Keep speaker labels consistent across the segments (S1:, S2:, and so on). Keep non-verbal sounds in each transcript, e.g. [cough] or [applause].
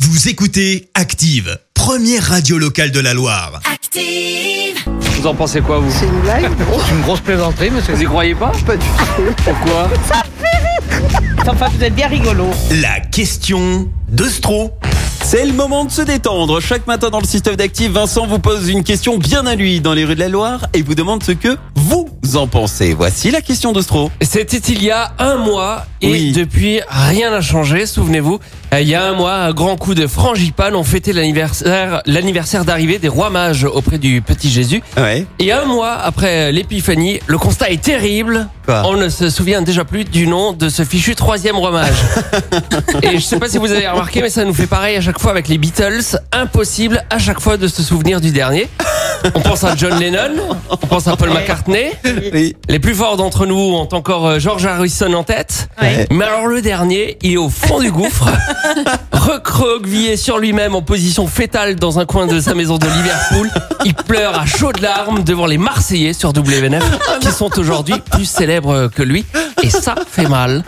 S1: Vous écoutez Active, première radio locale de la Loire.
S2: Active!
S3: Vous en pensez quoi, vous
S4: C'est une blague
S3: C'est une grosse plaisanterie, monsieur. Vous y croyez pas
S4: Pas du tout.
S3: Pourquoi
S4: Enfin, vous êtes bien rigolo.
S1: La question de Stro.
S5: C'est le moment de se détendre. Chaque matin dans le système d'actifs, Vincent vous pose une question bien à lui dans les rues de la Loire et vous demande ce que vous en pensez. Voici la question de Stro.
S6: C'était il y a un mois et
S5: Oui.
S6: depuis rien n'a changé. Souvenez-vous, euh, il y a un mois, un grand coup de frangipane. On fêtait l'anniversaire, l'anniversaire d'arrivée des rois mages auprès du petit Jésus.
S5: Ouais.
S6: Et un mois après euh, l'épiphanie, le constat est terrible.
S5: Quoi
S6: On ne se souvient déjà plus du nom de ce fichu troisième roi mage. et je sais pas si vous avez remarqué, mais ça nous fait pareil à chaque fois avec les Beatles. Impossible à chaque fois de se souvenir du dernier. On pense à John Lennon, on pense à Paul McCartney.
S5: Oui.
S6: Les plus forts d'entre nous ont encore euh, George Harrison en tête.
S5: Ouais.
S6: Mais alors le dernier, il est au fond
S5: [laughs]
S6: du gouffre, recroquevillé sur lui-même en position fétale dans un coin de sa maison de Liverpool. Il pleure à chaudes larmes devant les Marseillais sur WNF, qui sont aujourd'hui plus célèbres que lui. Et ça fait mal.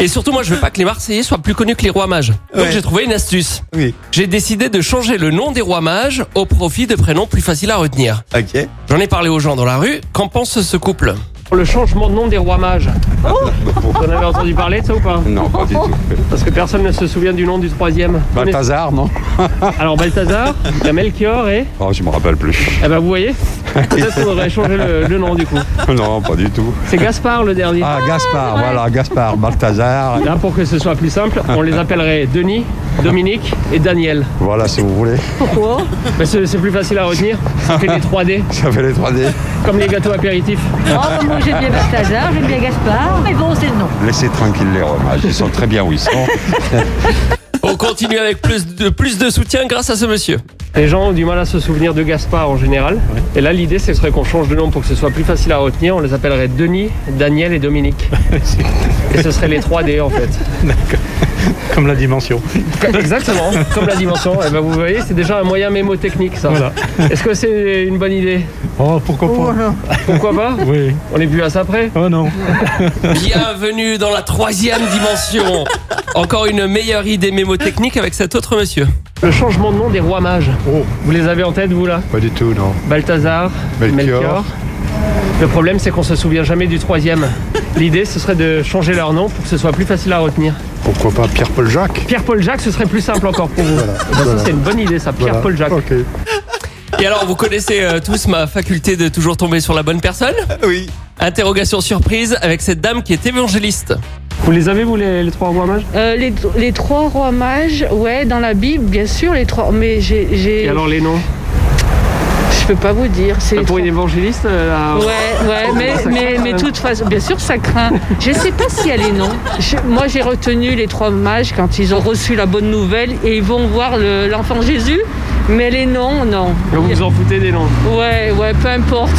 S6: Et surtout, moi, je veux pas que les Marseillais soient plus connus que les Rois Mages. Donc
S5: Ouais.
S6: j'ai trouvé une astuce.
S5: Oui.
S6: J'ai décidé de changer le nom des Rois Mages au profit de prénoms plus faciles à retenir.
S5: Ok.
S6: J'en ai parlé aux gens dans la rue. Qu'en pense ce couple Le changement de nom des rois mages.
S7: Oh
S6: Vous en avez entendu parler de ça ou pas
S7: Non, pas du tout.
S6: Parce que personne ne se souvient du nom du troisième.
S7: [laughs] Balthazar, non
S6: Alors Balthazar, il y a Melchior et...
S7: Oh, je me rappelle plus. [laughs]
S6: Eh ben vous voyez Peut-être qu'on aurait changé le, le nom du coup.
S7: Non, pas du tout.
S6: C'est Gaspard le dernier.
S7: Ah, Gaspard, voilà, Gaspard, Balthazar.
S6: Là pour que ce soit plus simple, on les appellerait Denis, Dominique et Daniel.
S7: Voilà, si vous voulez.
S4: Pourquoi
S6: Mais c'est c'est plus facile à retenir, ça fait les 3D,
S7: Ça fait les 3D.
S6: comme les gâteaux apéritifs.
S8: Oh, moi j'aime bien Balthazar, j'aime bien Gaspard, mais bon, c'est le nom.
S7: Laissez tranquille les romages, ils sont très bien où ils sont.
S6: On continue avec plus de, plus de soutien grâce à ce monsieur.
S9: Les gens ont du mal à se souvenir de Gaspard en général. Et là, l'idée, ce serait qu'on change de nom pour que ce soit plus facile à retenir. On les appellerait Denis, Daniel et Dominique.
S10: [laughs]
S9: et ce serait les 3D en fait.
S10: Comme la dimension.
S9: Exactement, comme la dimension. Eh ben, vous voyez, c'est déjà un moyen mémotechnique ça.
S10: Voilà.
S9: Est-ce que c'est une bonne idée
S10: Oh, pourquoi pas
S9: Pourquoi pas
S10: Oui.
S9: On n'est plus à ça près.
S10: Oh non.
S6: Bienvenue dans la troisième dimension. Encore une meilleure idée mémotechnique avec cet autre monsieur.
S9: Le changement de nom des rois mages.
S7: Oh.
S9: Vous les avez en tête, vous là
S7: Pas du tout, non.
S9: Balthazar,
S7: Melchior.
S9: Melchior. Le problème, c'est qu'on se souvient jamais du troisième. L'idée, ce serait de changer leur nom pour que ce soit plus facile à retenir.
S7: Pourquoi pas Pierre-Paul Jacques
S9: Pierre-Paul Jacques, ce serait plus simple encore pour vous. Eh ben, ça, c'est une bonne idée, ça. Pierre-Paul Jacques.
S7: Ok.
S6: Et alors, vous connaissez euh, tous ma faculté de toujours tomber sur la bonne personne
S5: Oui.
S6: Interrogation surprise avec cette dame qui est évangéliste.
S9: Vous les avez, vous, les, les trois rois mages
S8: Euh, les, les trois rois mages, ouais, dans la Bible, bien sûr, les trois. Mais j'ai. j'ai-
S9: Et alors les noms
S8: Je peux pas vous dire. C'est les
S9: Pour une évangéliste euh, la-
S8: trois- Ouais, ouais, mais,
S9: Ça
S8: mais,
S9: craint,
S8: mais
S9: hein.
S8: toute façon, bien sûr, ça craint. Je sais pas s'il y a les noms. Je- moi, j'ai retenu les trois mages quand ils ont reçu la bonne nouvelle et ils vont voir le- l'enfant Jésus. Mais les noms, non.
S9: Vous vous en foutez des noms
S8: Ouais, ouais, peu importe.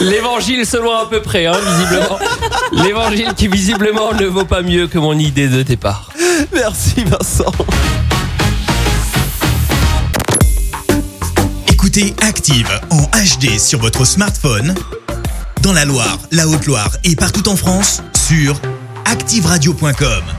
S6: L'évangile selon à peu près, hein,
S9: [laughs]
S6: visiblement. L'évangile qui visiblement ne vaut pas mieux que mon idée de départ.
S5: Merci Vincent.
S1: Écoutez Active en HD sur votre smartphone, dans la Loire, la Haute-Loire et partout en France, sur activeradio.com.